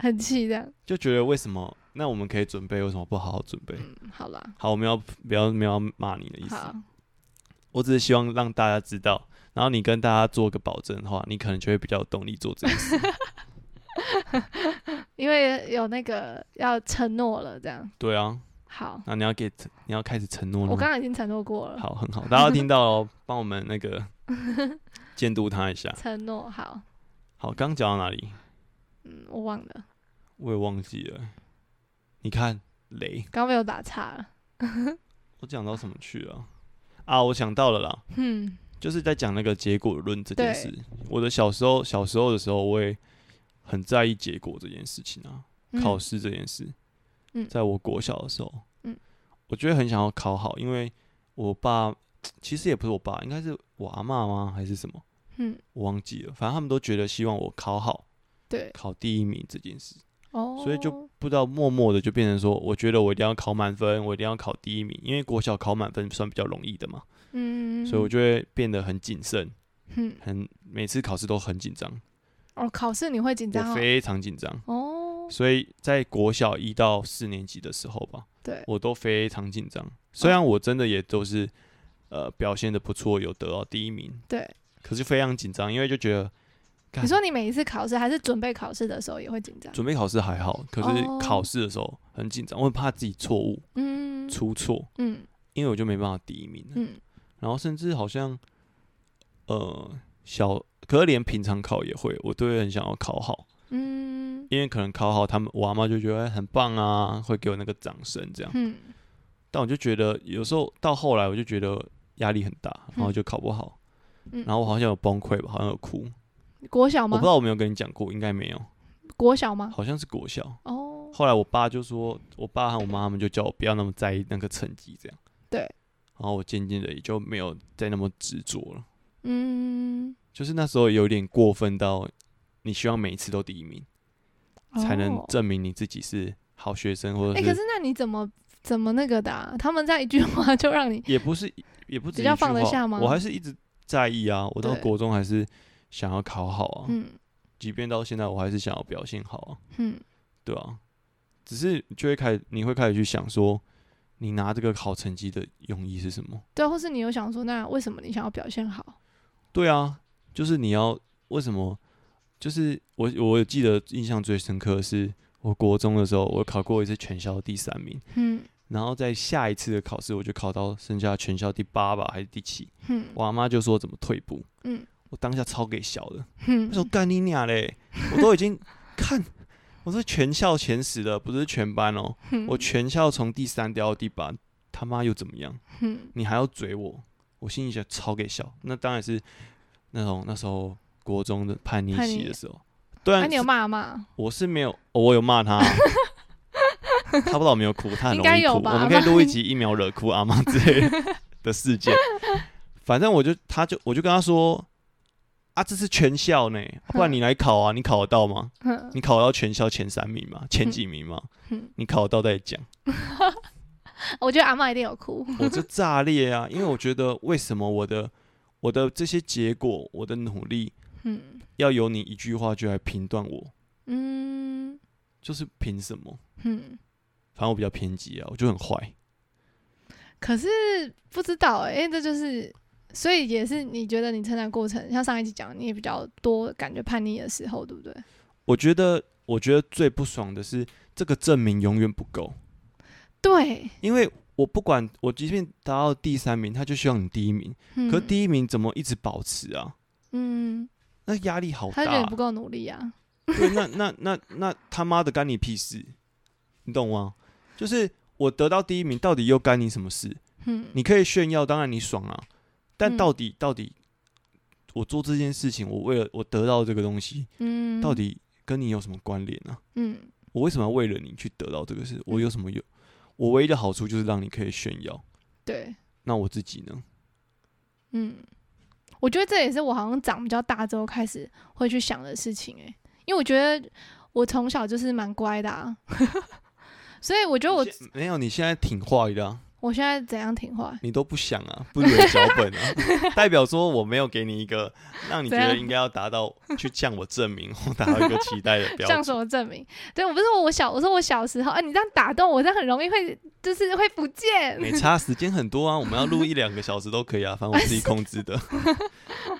B: 很气这样。
A: 就觉得为什么？那我们可以准备，为什么不好好准备？
B: 嗯，好啦，
A: 好，我们要不要没有要骂你的意思？
B: 好，
A: 我只是希望让大家知道，然后你跟大家做个保证的话，你可能就会比较有动力做这件 事。
B: 因为有那个要承诺了，这样
A: 对啊，
B: 好。
A: 那你要给你要开始承诺了
B: 我
A: 吗。
B: 刚刚已经承诺过了，
A: 嗯好，很好，大 家听到了，帮我们那个监督他一下。
B: 承诺好，
A: 好，刚讲到哪里？
B: 嗯，我忘了，
A: 我也忘记了。你看雷，
B: 刚刚被我打岔了，
A: 我讲到什么去了？啊，我想到了啦，
B: 嗯，
A: 就是在讲那个结果论这件
B: 对
A: 事。我的小时候，小时候的时候，我也很在意结果这件事情啊。
B: 嗯
A: 考试这件事，
B: 嗯
A: 在我国小的时候，
B: 嗯
A: 我觉得很想要考好，因为我爸其实也不是我爸，应该是我阿妈吗？还是什么？
B: 嗯，
A: 我忘记了，反正他们都觉得希望我考好，
B: 对，
A: 考第一名这件事，
B: 哦，
A: 所以就不知道默默的就变成说，我觉得我一定要考满分，我一定要考第一名，因为国小考满分算比较容易的嘛，
B: 嗯，
A: 所以我就会变得很谨慎，
B: 嗯，
A: 很每次考试都很紧张，
B: 哦，考试你会紧张
A: 我
B: 哦，
A: 非常紧张，
B: 哦，
A: 所以在国小一到四年级的时候吧，
B: 对，
A: 我都非常紧
B: 嗯
A: 张。虽然我真的也都是呃表现的不错，有得到第一名，
B: 对，
A: 可是非常紧张，因为就觉得干
B: 你说你每一次考试还是准备考试的时候也会紧张？
A: 准备考试还好，可是
B: 哦
A: 考试的时候很紧张，我很怕自己错误
B: 嗯
A: 出错，
B: 嗯
A: 因为我就没办法第一名了。
B: 嗯，
A: 然后甚至好像呃小，可是连平常考也会，我都会很想要考好，
B: 嗯
A: 因为可能考好，他们我阿妈就觉得哎很棒啊，会给我那个掌声这样。
B: 嗯，
A: 但我就觉得有时候到后来，我就觉得压力很大，然后就考不好，
B: 嗯
A: 然后我好像有崩溃吧，好像有哭，
B: 国小
A: 我不
B: 吗
A: 知？道我没有跟你讲过，应该没有，
B: 国小吗？
A: 好像是国小。
B: 哦，
A: 后来我爸就说，我爸和我妈他们就叫我不要那么在意那个成绩，这样。
B: 对
A: 然后我渐渐的也就没有再那么执着了，
B: 嗯，
A: 就是那时候有点过分到，你希望每一次都第一名，才能
B: 哦
A: 证明你自己是好学生，或者
B: 哎，可是那你怎么怎么那个的啊？他们这样一句话就让你
A: 也不是也不只
B: 比较
A: 一句
B: 放得
A: 话
B: 下吗
A: 我还是一直在意啊，我到
B: 对
A: 国中还是想要考好啊，
B: 嗯
A: 即便到现在我还是想要表现好啊，
B: 嗯
A: 对啊，只是就会开你会开始去想说，你拿这个好成绩的用意是什么？
B: 对啊，或是你有想说，那为什么你想要表现好？
A: 对啊，就是你要为什么？就是我我有记得印象最深刻的是，我国中的时候我考过一次全校第三名，
B: 嗯
A: 然后在下一次的考试我就考到剩下全校第八吧还是第七，
B: 哼
A: 我阿妈就说怎么退步，
B: 嗯
A: 我当下超给小的，我说
B: 哼，
A: 干你娘嘞！我都已经看，我是全校前十的，不是全班哦。
B: 哼
A: 我全校从第三掉到第八，他妈又怎么样？
B: 哼
A: 你还要追我？我心里想超给笑。那当然是那种那时候国中的叛逆
B: 叛
A: 期
B: 逆
A: 的时候。对
B: 那
A: 啊，
B: 你有 骂吗？
A: 我是没有，哦我有骂 他啊、他不知道我没有哭，他很
B: 应
A: 容
B: 该
A: 易哭。
B: 有
A: 我
B: 吧
A: 们可以录一集一秒惹哭阿妈之 类的的事件。反正我就，他就，我就跟他说，啊，这是全校呢，不然
B: 嗯
A: 你来考啊，你考得到吗？
B: 哼
A: 你考得到全校前三名吗？前
B: 嗯
A: 几名吗？
B: 哼，
A: 你考得到再讲。
B: 我觉得阿嬷一定有哭。
A: 我就炸裂啊，因为我觉得为什么我的我的这些结果，我的努力，
B: 嗯
A: 要由你一句话就来评断我，
B: 嗯
A: 就是凭什么？
B: 嗯，
A: 反正我比较偏激啊，我就很坏。
B: 可是不知道哎、欸，这就是，所以也是你觉得你成长过程，像上一集讲，你也比较多感觉叛逆的时候，对不对？
A: 我觉得，我觉得最不爽的是这个证明永远不够，
B: 对，
A: 因为我不管我即便达到第三名，他就希望你第一名，
B: 嗯、
A: 可是第一名怎么一直保持啊？
B: 嗯，
A: 那压力好
B: 他就觉
A: 大
B: 得你
A: 啊
B: 不。够努力啊，
A: 对，那那那那他妈的干你屁事，你懂吗？就是我得到第一名，到底又干你什么事？
B: 嗯，
A: 你可以炫耀，当然你爽啊，但
B: 嗯
A: 到底、到底，我做这件事情，我为了我得到这个东西，
B: 嗯，
A: 到底跟你有什么关联啊？
B: 嗯
A: 我为什么要为了你去得到这个事？我有什么有？我唯一的好处就是让你可以炫耀。
B: 对，
A: 那我自己呢？
B: 嗯，我觉得这也是我好像长比较大之后开始会去想的事情、欸，因为我觉得我从小就是蛮乖的、啊， 所以我觉得我
A: 你现没有，你现在挺坏的、啊，
B: 我现在怎样挺坏，
A: 你都不想啊，不留脚本 啊，代表说我没有给你一个让你觉
B: 怎
A: 得
B: 样
A: 应该要达到，去向我证明我达到一个期待的标
B: 这样
A: 准。
B: 什么证明？对我不是说我小，我说我小时候，哎、你这样打动我，这样很容易会就是会不见。
A: 没差，时间很多啊，我们要录一两个小时都可以啊，反正我自己控制 的。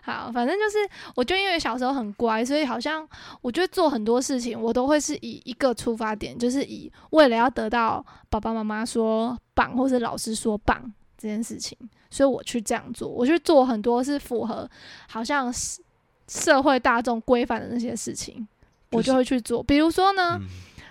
B: 好，反正就是，我就因为小时候很乖，所以好像我觉得做很多事情，我都会是以一个出发点，就是以为了要得到爸爸妈妈说棒，或是老师说棒这件事情，所以我去这样做，我去做很多是符合好像是社会大众规范的那些事情，我
A: 就是
B: 就会去做。比如说呢，
A: 嗯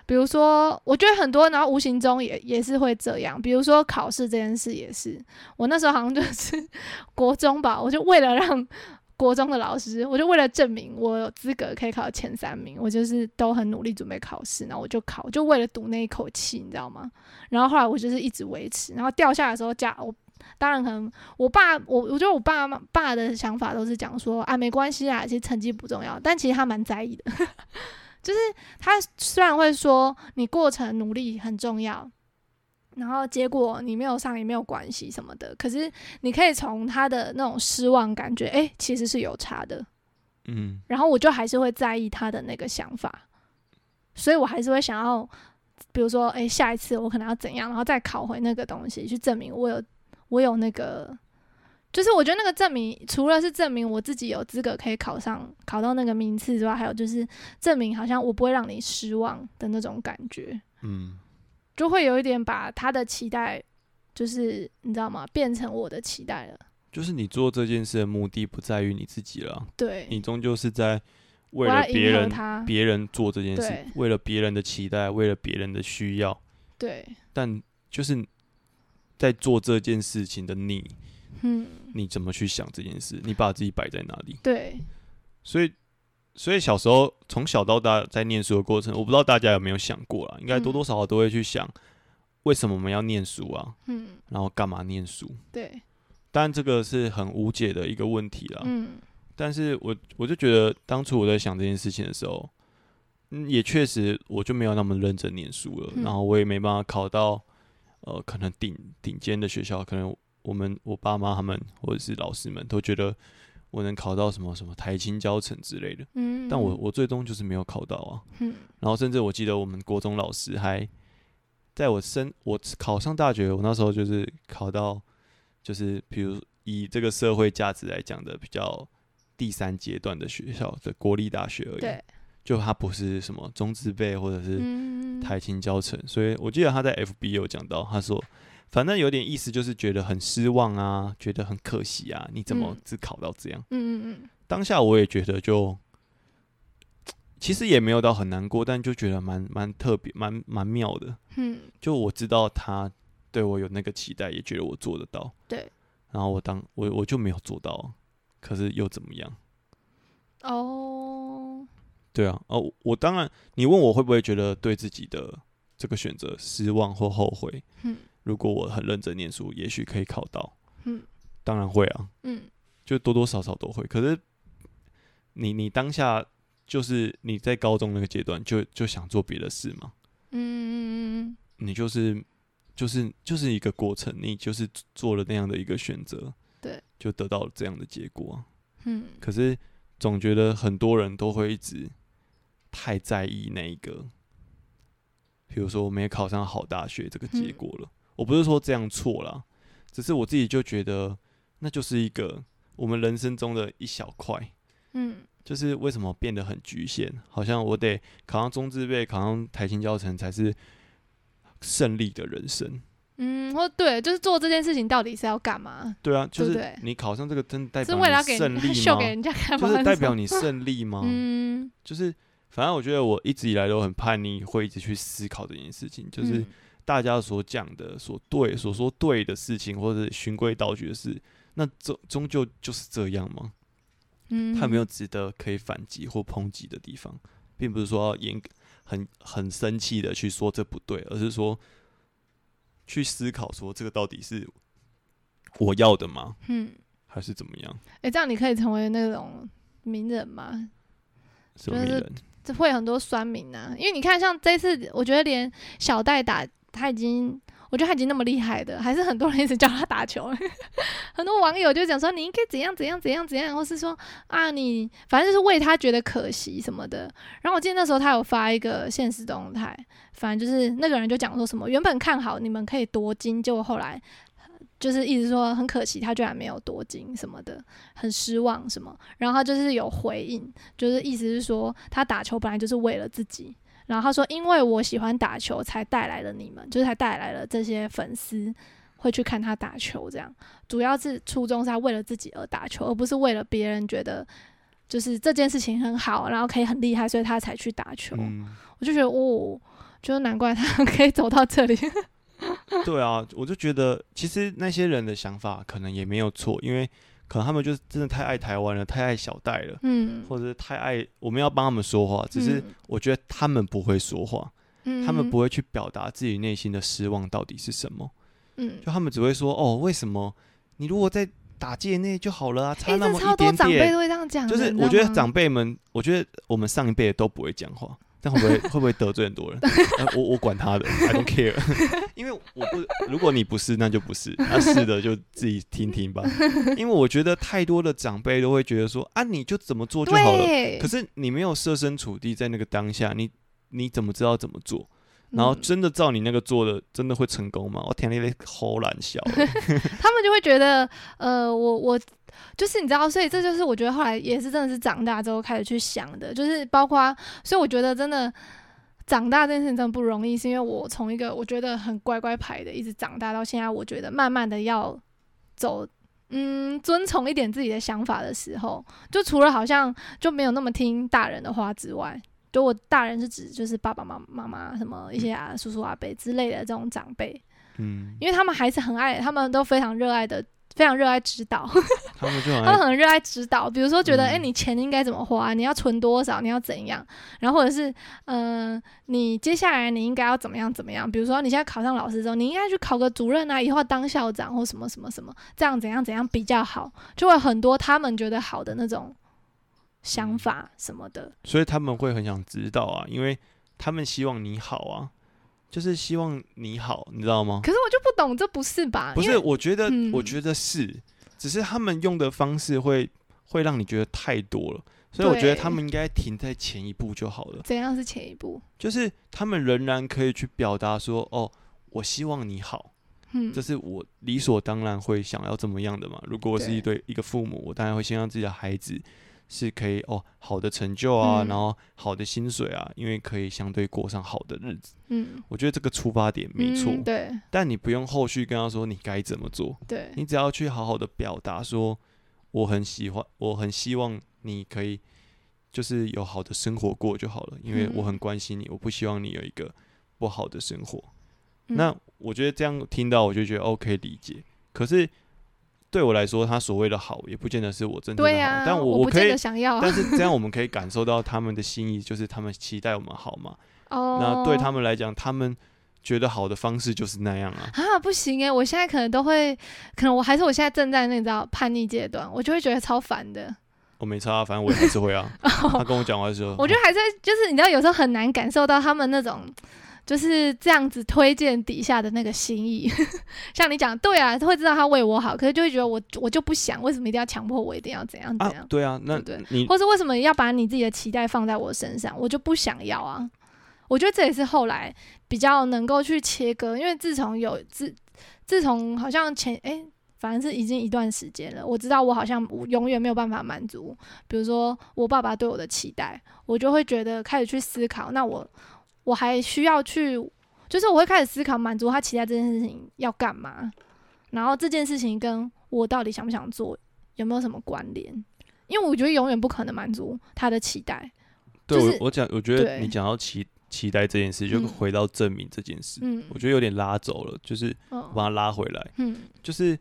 B: 比如说，我觉得很多，然后无形中也也是会这样。比如说考试这件事也是，我那时候好像就是国中吧，我就为了让国中的老师，我就为了证明我有资格可以考前三名，我就是都很努力准备考试，然后我就考，就为了赌那一口气，你知道吗？然后后来我就是一直维持，然后掉下来的时候家我。当然，可能我爸我我觉得我爸妈爸的想法都是讲说啊，没关系啊，其实成绩不重要，但其实他蛮在意的， 就是他虽然会说你过程努力很重要，然后结果你没有上也没有关系什么的，可是你可以从他的那种失望感觉，诶，其实是有差的。
A: 嗯，
B: 然后我就还是会在意他的那个想法，所以我还是会想要，比如说，诶，下一次我可能要怎样，然后再考回那个东西，去证明我有我有那个。就是我觉得那个证明，除了是证明我自己有资格可以考上考到那个名次之外，还有就是证明好像我不会让你失望的那种感觉，
A: 嗯，
B: 就会有一点把他的期待，就是你知道吗，变成我的期待了。
A: 就是你做这件事的目的不在于你自己了啊，你
B: 对，
A: 终究是在
B: 我
A: 为了
B: 要
A: 别
B: 迎合
A: 人，
B: 他。
A: 别人做这件事
B: 对，
A: 为了别人的期待，为了别人的需要，
B: 对，
A: 但就是在做这件事情的你，
B: 嗯，
A: 你怎么去想这件事？你把自己摆在哪里？
B: 对，
A: 所以，所以小时候从小到大在念书的过程，我不知道大家有没有想过啊啦，应该
B: 嗯
A: 多多少少都会去想，为什么我们要念书啊？
B: 嗯，
A: 然后干嘛念书？
B: 对，
A: 当然，这个是很无解的一个问题啦。
B: 嗯，
A: 但是我我就觉得，当初我在想这件事情的时候，嗯，也确实我就没有那么认真念书了，
B: 嗯
A: 然后我也没办法考到呃，可能顶顶尖的学校，可能我们我爸妈他们或者是老师们都觉得我能考到什么什么台青教程之类的，
B: 嗯，
A: 但我我最终就是没有考到啊。
B: 嗯，
A: 然后甚至我记得我们国中老师还在我升我考上大学，我那时候就是考到就是比如以这个社会价值来讲的比较第三阶段的学校的国立大学而已，
B: 对，
A: 就它不是什么中字辈或者是
B: 嗯，
A: 台青教程，所以我记得他在 FB 有讲到，他说。反正有点意思，就是觉得很失望啊，觉得很可惜啊，你怎么
B: 嗯
A: 只考到这样？
B: 嗯嗯嗯，
A: 当下我也觉得就，其实也没有到很难过，但就觉得蛮蛮特别、蛮蛮妙的。
B: 嗯，
A: 就我知道他对我有那个期待，也觉得我做得到。
B: 对。
A: 然后我当我我就没有做到啊，可是又怎么样？
B: 哦，
A: 对啊，哦，我我当然，你问我会不会觉得对自己的这个选择失望或后悔？
B: 嗯
A: 如果我很认真念书，也许可以考到。
B: 嗯，
A: 当然会啊。
B: 嗯，
A: 就多多少少都会。可是你你当下就是你在高中那个阶段就就想做别的事嘛，
B: 嗯嗯嗯
A: 你就是就是就是一个过程，你就是做了那样的一个选择。
B: 对，
A: 就得到了这样的结果啊。
B: 嗯，
A: 可是总觉得很多人都会一直太在意那一个，比如说我没考上好大学这个结
B: 嗯
A: 果了。我不是说这样错啦，只是我自己就觉得那就是一个我们人生中的一小块。
B: 嗯，
A: 就是为什么变得很局限，好像我得考上中字辈，考上台青教程才是胜利的人生。
B: 嗯，或对，就是做这件事情到底是要干嘛？
A: 对啊，就
B: 对
A: 是
B: 对
A: 你考上这个真的代
B: 是
A: 表
B: 为了要
A: 你
B: 给
A: 胜利
B: 秀给
A: 吗？
B: 人家看吗？
A: 就是代表
B: 你，
A: 你胜利吗？
B: 嗯，
A: 就是反正我觉得我一直以来都很叛逆，会一直去思考这件事情，就是
B: 嗯
A: 大家所讲的、所对、所说对的事情，或者循规蹈矩的事，那终终究就是这样吗？
B: 嗯，
A: 它没有值得可以反击或抨击的地方，并不是说要严很很生气的去说这不对，而是说去思考说这个到底是我要的吗，
B: 嗯，
A: 还是怎么样？
B: 哎、这样你可以成为那种名人吗？
A: 什么
B: 就是
A: 人？
B: 这会很多酸民啊，因为你看，像这次，我觉得连小戴打他已经，我觉得他已经那么厉害的，还是很多人一直叫他打球。 很多网友就讲说，你应该怎样怎样怎样怎样，或是说啊，你反正就是为他觉得可惜什么的。然后我记得那时候他有发一个现实动态，反正就是那个人就讲说什么，原本看好你们可以夺金，结果后来。就是一直说很可惜，他居然没有夺金什么的，很失望什么。然后他就是有回应，就是意思是说，他打球本来就是为了自己。然后他说，因为我喜欢打球，才带来了你们，就是才带来了这些粉丝会去看他打球。这样，主要是初衷是他为了自己而打球，而不是为了别人觉得就是这件事情很好，然后可以很厉害，所以他才去打球。
A: 嗯，
B: 我就觉得，哦，就难怪他 可以走到这里。
A: 对啊，我就觉得其实那些人的想法可能也没有错，因为可能他们就是真的太爱台湾了，太爱小戴了，
B: 嗯，
A: 或者是太爱我们要帮他们说话，只是我觉得他们不会说话，
B: 嗯
A: 他们不
B: 会，
A: 会去表达自己内心的失望到底是什么。
B: 嗯，
A: 就他们只会说哦，为什么你如果在打界内就好了啊，差
B: 哎，
A: 那
B: 这
A: 么
B: 超
A: 一
B: 多
A: 点
B: 长辈
A: 点
B: 都。会这样讲的，
A: 就是
B: 你知
A: 我
B: 道
A: 觉得
B: 吗
A: 长辈们，我觉得我们上一辈的都不会讲话，但会不 会会不会得罪很多人？呃我我管他的，I don't care，因 为我不，如果你不是，那就不是，那、是的就自己听听 吧。因为我觉得太多的长辈都会觉得说啊，你就怎么做就好了，
B: 对，
A: 可是你没有设身处地在那个当下，你你怎么知道怎么做？然后
B: 嗯
A: 真的照你那个做的，真的会成功吗？我天天在偷懒笑欸，
B: 他们就会觉得，呃，我我就是你知道，所以这就是我觉得后来也是真的是长大之后开始去想的，就是包括，所以我觉得真的长大这件事情真的不容易，是因为我从一个我觉得很乖乖牌的，一直长大到现在，我觉得慢慢的要走。嗯，遵从一点自己的想法的时候，就除了好像就没有那么听大人的话之外，就我大人是指就是爸爸妈妈妈什么一些啊叔叔阿伯之类的这种长辈，
A: 嗯，
B: 因为他们还是很爱，他们都非常热爱的，非常热爱指导，
A: 他们就好
B: 他们
A: 像
B: 很热爱指导。比如说，觉得
A: 哎嗯
B: 哎、诶你钱应该怎么花，你要存多少，你要怎样，然后或者是嗯、呃你接下来你应该要怎么样怎么样。比如说，你现在考上老师之后，你应该去考个主任啊，以后要当校长或什么什么什么，这样怎样怎样比较好，就会有很多他们觉得好的那种想
A: 嗯
B: 法什么的。
A: 所以他们会很想知道啊，因为他们希望你好啊，就是希望你好，你知道吗？
B: 可是我就不懂，这不是吧？
A: 不
B: 因
A: 是，
B: 为
A: 我觉得，
B: 嗯
A: 我觉得是，只是他们用的方式会会让你觉得太多了，所以我觉得
B: 对
A: 他们应该停在前一步就好了。
B: 怎样是前一步？
A: 就是他们仍然可以去表达说，哦，我希望你好，
B: 嗯
A: 这是我理所当然会想要怎么样的嘛。如果我是一对一个父母，我当然会先让自己的孩子是可以哦好的成就啊，
B: 嗯
A: 然后好的薪水啊，因为可以相对过上好的日子。
B: 嗯，
A: 我觉得这个出发点没错，
B: 嗯对
A: 但你不用后续跟他说你该怎么做，
B: 对，
A: 你只要去好好的表达说，我很喜欢，我很希望你可以就是有好的生活过就好了，因为
B: 嗯
A: 我很关心你，我不希望你有一个不好的生活。
B: 嗯
A: 那我觉得这样听到我就觉得 OK 理解，可是对我来说，他所谓的好也不见得是我真正的
B: 对
A: 好，
B: 呀、
A: 嗯但
B: 我
A: 我
B: 不
A: 可
B: 见
A: 以
B: 得。想要啊。
A: 但是这样我们可以感受到他们的心意，就是他们期待我们好嘛。
B: 哦，
A: 那对他们来讲，他们觉得好的方式就是那样啊。
B: 啊，不行哎，我现在可能都会，可能我还是我现在正在那你知道叛逆阶段，我就会觉得超烦的。
A: 我没差啊，反正我也还
B: 哦
A: 是会啊。他跟我讲话的时候，
B: 我觉得还是就是你知道，有时候很难感受到他们那种。就是这样子推荐底下的那个心意。 像你讲，对啊，会知道他为我好，可是就会觉得我我就不想，为什么一定要强迫我一定要怎样怎样
A: 啊，？对啊，那
B: 对不
A: 你
B: 或是为什么要把你自己的期待放在我身上，我就不想要啊。我觉得这也是后来比较能够去切割，因为自从有自自从好像前诶，反正是已经一段时间了，我知道我好像永远没有办法满足，比如说我爸爸对我的期待，我就会觉得开始去思考，那我我还需要去，就是我会开始思考满足他期待这件事情要干嘛，然后这件事情跟我到底想不想做有没有什么关联？因为我觉得永远不可能满足他的期待。
A: 对
B: 就是
A: 我我讲，我觉得
B: 对
A: 你讲到期期待这件事，就
B: 嗯
A: 回到证明这件事，
B: 嗯
A: 我觉得有点拉走了，就是我把
B: 嗯
A: 它拉回来，
B: 嗯
A: 就是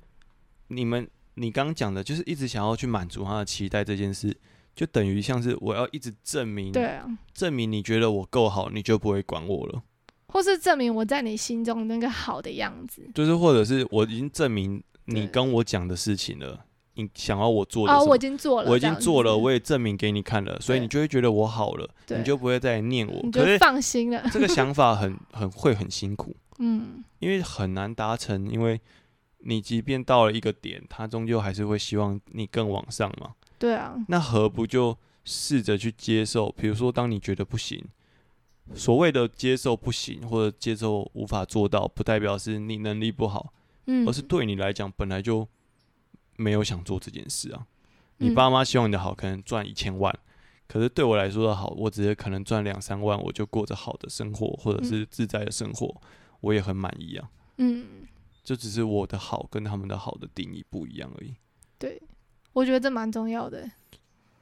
A: 你们你刚讲的，就是一直想要去满足他的期待这件事，就等于像是我要一直证明，
B: 对啊，
A: 证明你觉得我够好，你就不会管我了，
B: 或是证明我在你心中那个好的样子。
A: 就是或者是我已经证明你
B: 对
A: 跟我讲的事情了，你想要我做的
B: 哦，
A: 什
B: 我
A: 么
B: 已。经做了，
A: 我已经做了，
B: 这样子
A: 我也证明给你看了，所以
B: 对
A: 你就会觉得我好了，
B: 对
A: 你就不会再念我。
B: 你
A: 可
B: 就是放心了。
A: 这个想法很很会很辛苦，
B: 嗯，
A: 因为很难达成，因为你即便到了一个点，他终究还是会希望你更往上嘛。
B: 对啊，
A: 那何不就试着去接受？比如说，当你觉得不行，所谓的接受不行或者接受无法做到，不代表是你能力不好，
B: 嗯，
A: 而是对你来讲本来就没有想做这件事啊。你
B: 嗯
A: 爸妈希望你的好，可能赚一千万，可是对我来说的好，我只是可能赚两三万，我就过着好的生活，或者是自在的生活，我也很满意啊。
B: 嗯，
A: 就只是我的好跟他们的好的定义不一样而已。
B: 对，我觉得这蛮重要的。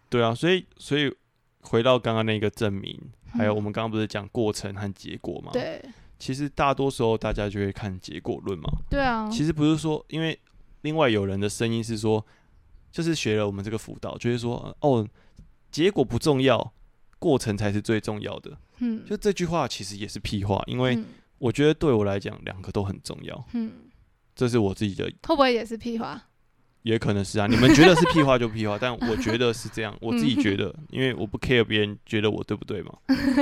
A: 对啊，所以所以回到刚刚那个证明，还有
B: 嗯
A: 我们刚刚不是讲过程和结果嘛？，
B: 对
A: 其实大多时候大家就会看结果论嘛。
B: 对啊，
A: 其实不是说，因为另外有人的声音是说，就是学了我们这个辅导，就是说哦，结果不重要，过程才是最重要的。
B: 嗯，
A: 就这句话其实也是屁话，因为
B: 嗯
A: 我觉得对我来讲，两个都很重要，
B: 嗯，
A: 这是我自己的
B: 会不会也是屁话？
A: 也可能是啊，你们觉得是屁话就屁 话，但我觉得是这样，我自己觉得，因为我不 care 别人觉得我对不对 嘛，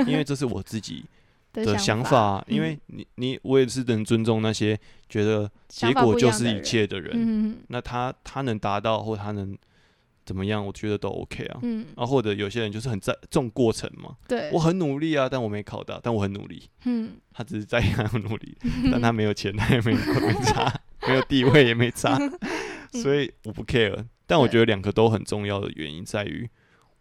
A: 因为这是我自己的
B: 的
A: 想法
B: 法，嗯
A: 啊、因为你你我也是能尊重那些觉得结
B: 想法
A: 果
B: 不一
A: 就
B: 样
A: 是
B: 的
A: 一
B: 人
A: 切的人，
B: 嗯
A: 那他他能达到或他能怎么样，我觉得都 OK 啊。
B: 嗯，
A: 啊，或者有些人就是很在重过程嘛，
B: 对，
A: 我很努力啊，但我没考到，但我很努力，
B: 嗯，
A: 他只是在意他有努 力，但他没有钱， 他也 没没差，没有地位也没 差，所以我不 care。但我觉得两个都很重要的原因在于，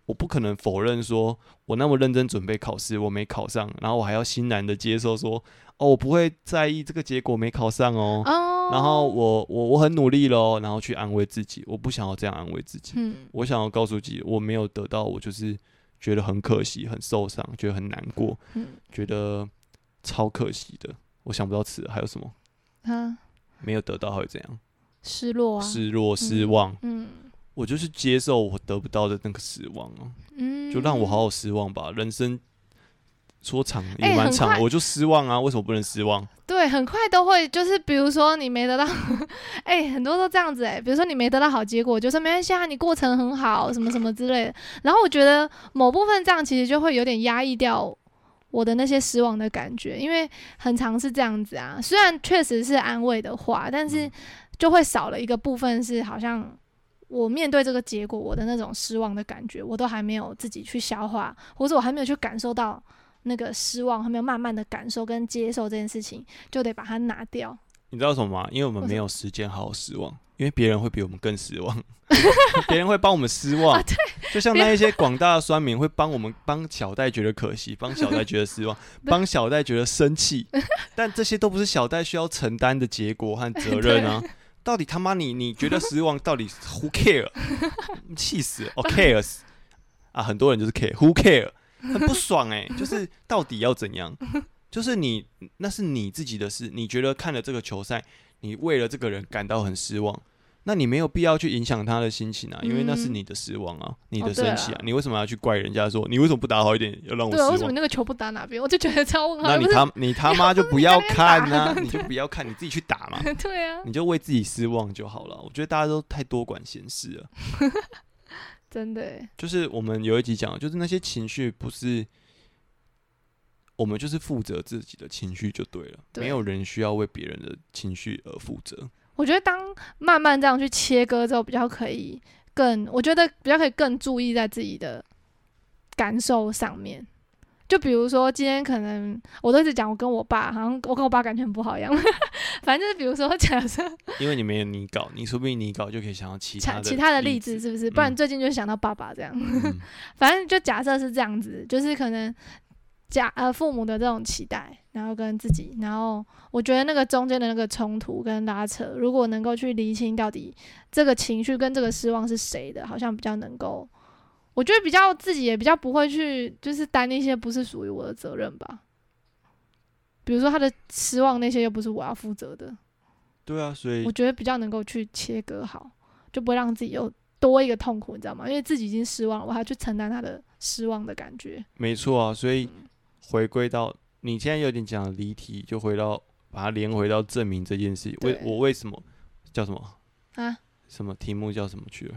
A: 我不可能否认说我那么认真准备考试，我没考上，然后我还要欣然的接受说，哦，我不会在意这个结果没考上哦，
B: 哦，
A: 然后我我我很努力咯，然后去安慰自己，我不想要这样安慰自己，
B: 嗯
A: 我想要告诉自己，我没有得到，我就是觉得很可惜，很受伤，觉得很难过，
B: 嗯
A: 觉得超可惜的。我想不到词还有什么
B: 啊，
A: 没有得到还会怎样？
B: 失落啊，
A: 失落、失望，
B: 嗯
A: 我就是接受我得不到的那个失望啊，
B: 嗯，
A: 就让我好好失望吧。人生说长也
B: 哎
A: 蛮
B: 很
A: 长，
B: 快
A: 我就失望啊，为什么不能失望？
B: 对，很快都会，就是比如说你没得到， 哎、很多都这样子哎、比如说你没得到好结果，就说没关系啊，你过程很好，什么什么之类的。然后我觉得某部分这样其实就会有点压抑掉我的那些失望的感觉，因为很常是这样子啊。虽然确实是安慰的话，但是
A: 嗯
B: 就会少了一个部分是好像。我面对这个结果，我的那种失望的感觉，我都还没有自己去消化，或者我还没有去感受到那个失望，还没有慢慢的感受跟接受这件事情，就得把它拿掉。
A: 你知道什么吗？因为我们
B: 为什
A: 没有时间好好失望，因为别人会比我们更失望， 别人会帮我们失望。
B: 啊
A: 对，就像那一些广大的酸民会帮我们帮小戴觉得可惜，帮小戴觉得 失望，帮小戴觉得生气，但这些都不是小戴需要承担的结果和责任 啊。到底他妈你你觉得失望，到底 who care？气死了 哦 cares 啊，很多人就是 care who care，很不爽哎、就是到底要怎样？就是你那是你自己的事，你觉得看了这个球赛，你为了这个人感到很失望，那你没有必要去影响他的心情啊，因为那是
B: 嗯
A: 你的失望啊，你
B: 哦
A: 的
B: 对
A: 生气啊，
B: 啊
A: 你为什么要去怪人家说你为什么不打好一点，要让我
B: 对啊，为
A: 失
B: 什么
A: 望？
B: 那个球不打哪边？我就觉得超问号。
A: 那你
B: 不是
A: 他你他妈就不要看呐、 你就不要看，你自己去打嘛，
B: 对啊，
A: 你就为自己失望就好了。我觉得大家都太多管闲事了。
B: 真的欸，
A: 就是我们有一集讲的，就是那些情绪不是我们就是负责自己的情绪就对了，
B: 对
A: 没有人需要为别人的情绪而负责。
B: 我觉得当慢慢这样去切割之后，比较可以更，我觉得比较可以更注意在自己的感受上面。就比如说今天可能我都一直讲我跟我爸，好像我跟我爸感情很不好一样。反正就是比如说假设
A: 因为你没有你搞，你说不定你搞就可以想到其他
B: 其
A: 的
B: 其他的例
A: 例
B: 子，是不是？不然
A: 嗯
B: 最近就想到爸爸这样。
A: 嗯
B: 反正就假设是这样子，就是可能假呃父母的这种期待，然后跟自己，然后我觉得那个中间的那个冲突跟拉扯，如果能够去厘清到底这个情绪跟这个失望是谁的，好像比较能够，我觉得比较自己也比较不会去就是担一些不是属于我的责任吧。比如说他的失望那些又不是我要负责的，
A: 对啊，所以
B: 我觉得比较能够去切割好，就不会让自己又多一个痛苦，你知道吗？因为自己已经失望了，我还要去承担他的失望的感觉。
A: 没错啊，所以回归到你现在有点讲离题，就回到把它连回到证明这件事。为
B: 对
A: 我为什么叫什么
B: 啊？
A: 什么题目叫什么去了？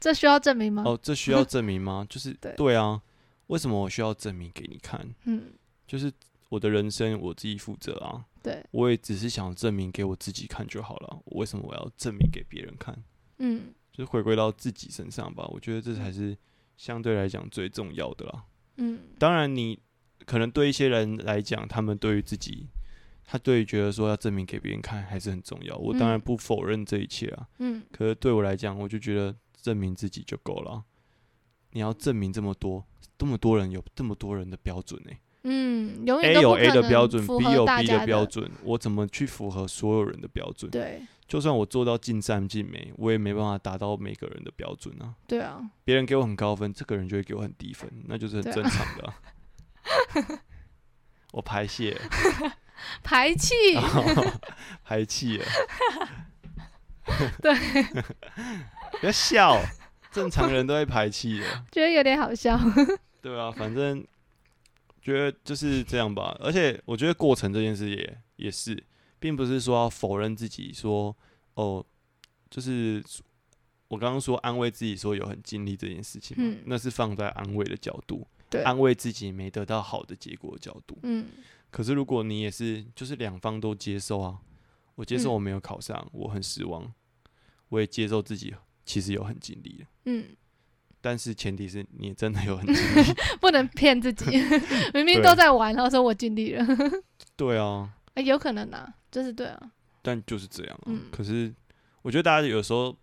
B: 这需要证明吗？
A: 哦，这需要证明吗？就是
B: 对
A: 对啊，为什么我需要证明给你看？
B: 嗯，
A: 就是我的人生我自己负责啊，
B: 对，
A: 我也只是想证明给我自己看就好了。我为什么我要证明给别人看？
B: 嗯
A: 就是回归到自己身上吧，我觉得这才是相对来讲最重要的啦。
B: 嗯，
A: 当然你，可能对一些人来讲，他们对于自己，他对于觉得说要证明给别人看还是很重要。我当然
B: 嗯
A: 不否认这一切啊，
B: 嗯，
A: 可是对我来讲，我就觉得证明自己就够了啊。你要证明这么多，这么多人有这么多人的标准呢、欸
B: 嗯，永
A: a
B: 远都
A: 有
B: 不可
A: A
B: 能
A: 的标准
B: 符
A: ，B
B: 合
A: 有
B: 大
A: B
B: 家
A: 的标，准，我怎么去符合所有人的标准？
B: 对
A: 就算我做到尽善尽美，我也没办法达到每个人的标准啊。
B: 对啊，
A: 别人给我很高分，这个人就会给我很低分，那就是很
B: 对啊
A: 正常的啊、我排泄了，
B: 排气，
A: 啊排气了。
B: 对，
A: 不要笑，正常人都会排气的。
B: 觉得有点好笑。
A: 对啊，反正觉得就是这样吧。而且我觉得过程这件事也也是，并不是说要否认自己说哦，就是我刚刚说安慰自己说有很尽力这件事情嘛，
B: 嗯
A: 那是放在安慰的角度，
B: 对
A: 安慰自己没得到好的结果的角度。
B: 嗯
A: 可是如果你也是，就是两方都接受啊，我接受
B: 嗯
A: 我没有考上，我很失望，我也接受自己其实有很尽力了，
B: 嗯，
A: 但是前提是你真的有很尽 力。
B: 不能骗 自己，明明
A: 对
B: 都在玩，然后说我尽力了，
A: 对啊，
B: 哎有可能啊，就是对啊，
A: 但就是这样、啊。
B: 嗯
A: 可是我觉得大家有时候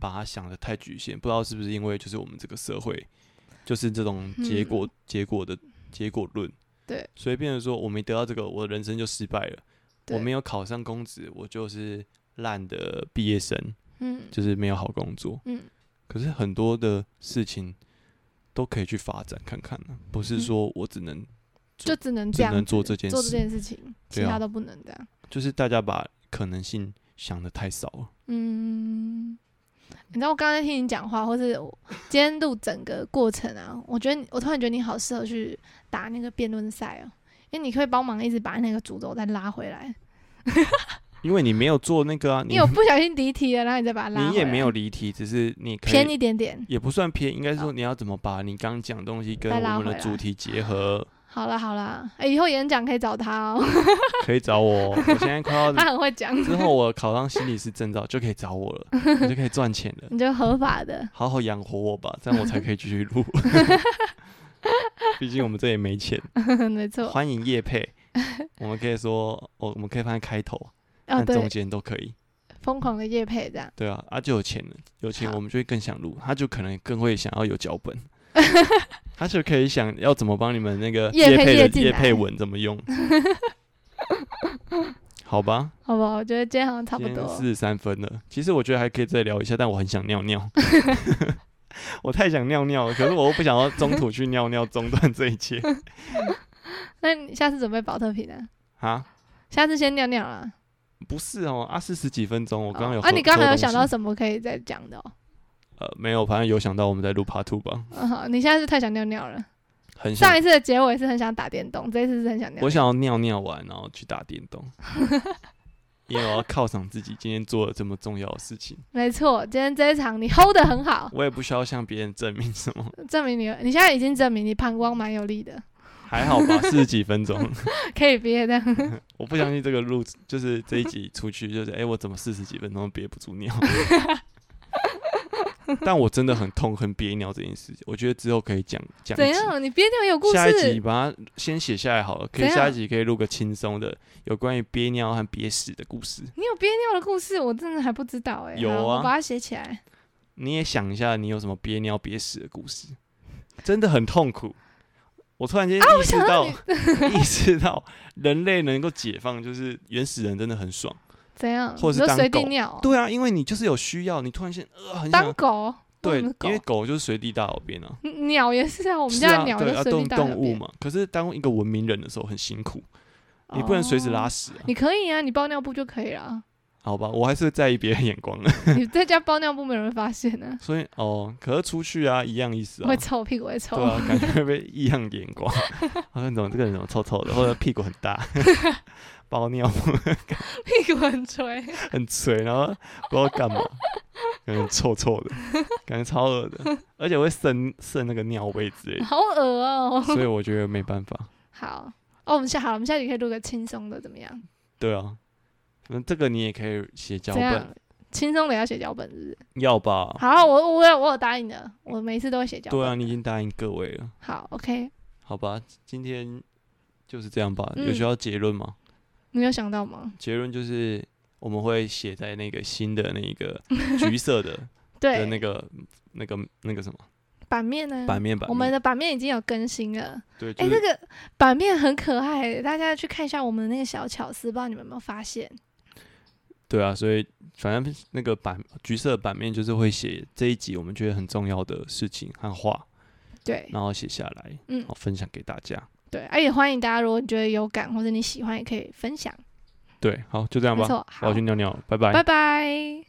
A: 把它想的太局限，不知道是不是因为就是我们这个社会就是这种结果、结果的结果论，
B: 嗯对，
A: 所以变成说我没得到这个，我的人生就失败了。我
B: 对
A: 没有考上公职，我就是烂的毕业生，
B: 嗯
A: 就是没有好工作。
B: 嗯
A: 可是很多的事情都可以去发展看看呢、不是
B: 嗯
A: 说我只能
B: 就只能这
A: 只
B: 样
A: 能
B: 子
A: 做这件
B: 做
A: 事
B: 这件事情，其
A: 对啊
B: 他都不能这样。
A: 就是大家把可能性想的太少了。
B: 嗯，你知道我刚才听你讲话，或是我今天录整个过程啊，我觉得你我突然觉得你好适合去打那个辩论赛哦，因为你可以帮忙一直把那个主轴再拉回来。
A: 因为你没有做那个啊，
B: 你
A: 你
B: 有不小心离题了，然后你再把它拉回来。
A: 你也没有离题，只是你可
B: 偏
A: 以
B: 一点点。
A: 也不算偏，应该是说你要怎么把你刚讲的东西跟
B: 再拉
A: 我们
B: 回
A: 的
B: 来
A: 主题结合。
B: 好了好了，哎、以后演讲可以找他哦，
A: 可以找我，我现在快 要
B: 他很会讲，
A: 之后我考上心理师证照就可以找我了，我就可以赚钱了。
B: 你就合法的。
A: 好好养活我吧，这样我才可以继续录。毕竟我们这也没钱，
B: 没错。哦
A: 欢迎叶 配，我们可以说，哦，我们可以放在开头、
B: 哦，
A: 按中
B: 对，
A: 间都可以，
B: 疯狂的夜配这样。
A: 对啊，啊就有钱了，有钱
B: 好
A: 我们就会更想录，他就可能更会想要有脚 本，他就可以想要怎么帮你们那个
B: 业配
A: 配
B: 业
A: 的
B: 进
A: 叶
B: 来
A: 配文怎么 用，好吧，
B: 好吧，我觉得今天好像差不
A: 今天
B: 多
A: 四。十三分了。其实我觉得还可以再聊一下，但我很想尿 尿。我太想尿尿了，可是我又不想要中途去尿尿，中断这一 切
B: 那你下次准备保特瓶啊？
A: 啊！
B: 下次先尿尿啊。
A: 不是哦，啊，四十几分钟，我刚刚有
B: 哦
A: 喝、
B: 啊，你刚才有想到
A: 喝东西
B: 什么可以再讲的哦？
A: 呃，没有，反正有想到我们在录 Part Two 吧，
B: 嗯好， 你现在是太想尿尿了。
A: 很想
B: 上一次的结尾是很想打电动，这一次是很想尿尿。
A: 我想要尿尿完，然后去打电 动，因为我要犒赏自己今天做了这么重要的事 情。
B: 没错，今天这一场你 hold 的很好，
A: 我也不需要向别人证明什么，
B: 证明你，你现在已经证明你膀胱蛮有力的。
A: 还好吧，四十几分钟，
B: 可以憋的。
A: 我不相信这个路就是这一集出去就是，哎、我怎么四十几分钟都憋不住 尿？但我真的很痛恨憋尿这件事，我觉得之后可以讲讲
B: 怎
A: 一集
B: 样？你憋尿有故
A: 下一集
B: 事？
A: 把它先写下来好了，可
B: 怎
A: 以
B: 样
A: 下一集可以录个轻松的有关于憋尿和憋屎的故事。
B: 你有憋尿的故事？我真的还不知道哎、
A: 有
B: 好
A: 啊
B: 我把它写起来。
A: 你也想一下，你有什么憋尿憋屎的故事？真的很痛苦。我突然
B: 啊
A: 间意识到， 意识到人类能够解放，就是原始人真的很爽。
B: 怎样？
A: 或者是
B: 你说
A: 当
B: 随地
A: 狗
B: 尿哦、
A: 对啊，因为你就是有需要，你突然间呃很
B: 当
A: 想
B: 狗？
A: 对，
B: 为什么
A: 因为狗就是随地大小便啊，
B: 狗鸟也是啊，我
A: 我
B: 们家的鸟
A: 对
B: 就
A: 啊
B: 随
A: 动
B: 地大小
A: 动物
B: 便。
A: 嘛。可是当一个文明人的时候很辛苦，你不能随时拉
B: 哦
A: 屎啊。
B: 你可以啊，你包尿布就可以了。
A: 好吧，我还是会在意别人眼光的。
B: 你在家包尿布，没有人发 现呢、
A: 所以哦，可是出去啊，一样意思啊
B: 会。臭屁股，会臭。
A: 对啊，感觉会被异样眼光，好像怎么这个人怎么臭臭的，或者屁股很大， 包尿
B: 屁股很垂，
A: 很垂，然后不知道干嘛，感觉臭臭的，感觉超恶的，而且会渗渗那个尿味之 类的，
B: 好恶哦、
A: 所以我觉得没办法。
B: 好，哦，我们下好，我们下集可以录个轻松的，怎么样？
A: 对啊，那这个你也可以写脚
B: 怎样
A: 本，？
B: 轻松的要写脚本是不是？
A: 要吧？
B: 好，我我有我有答应的，我每次都会写脚本。
A: 对啊，你已经答应各位了，
B: 好，OK，
A: 好吧？今天就是这样吧，
B: 嗯
A: 有需要结论吗？
B: 你有想到吗？
A: 结论就是我们会写在那个新的那个橘色的
B: 对，
A: 的那个那个那个什么
B: 版面呢？
A: 版面版面。
B: 我们的版面已经有更新了。
A: 对，就
B: 哎、
A: 是、
B: 这个版面很可爱，大家去看一下我们的那个小巧思，不知道你们有没有发现？
A: 对啊，所以反正那个版橘色的版面就是会写这一集我们觉得很重要的事情和话，
B: 对，
A: 然后写下来，
B: 嗯
A: 然后分享给大家。
B: 对，而、且欢迎大家，如果你觉得有感或者你喜欢，也可以分享。
A: 对，好，就这样
B: 没
A: 吧。
B: 错，
A: 我
B: 好
A: 要去，尿尿了，拜拜。
B: 拜拜。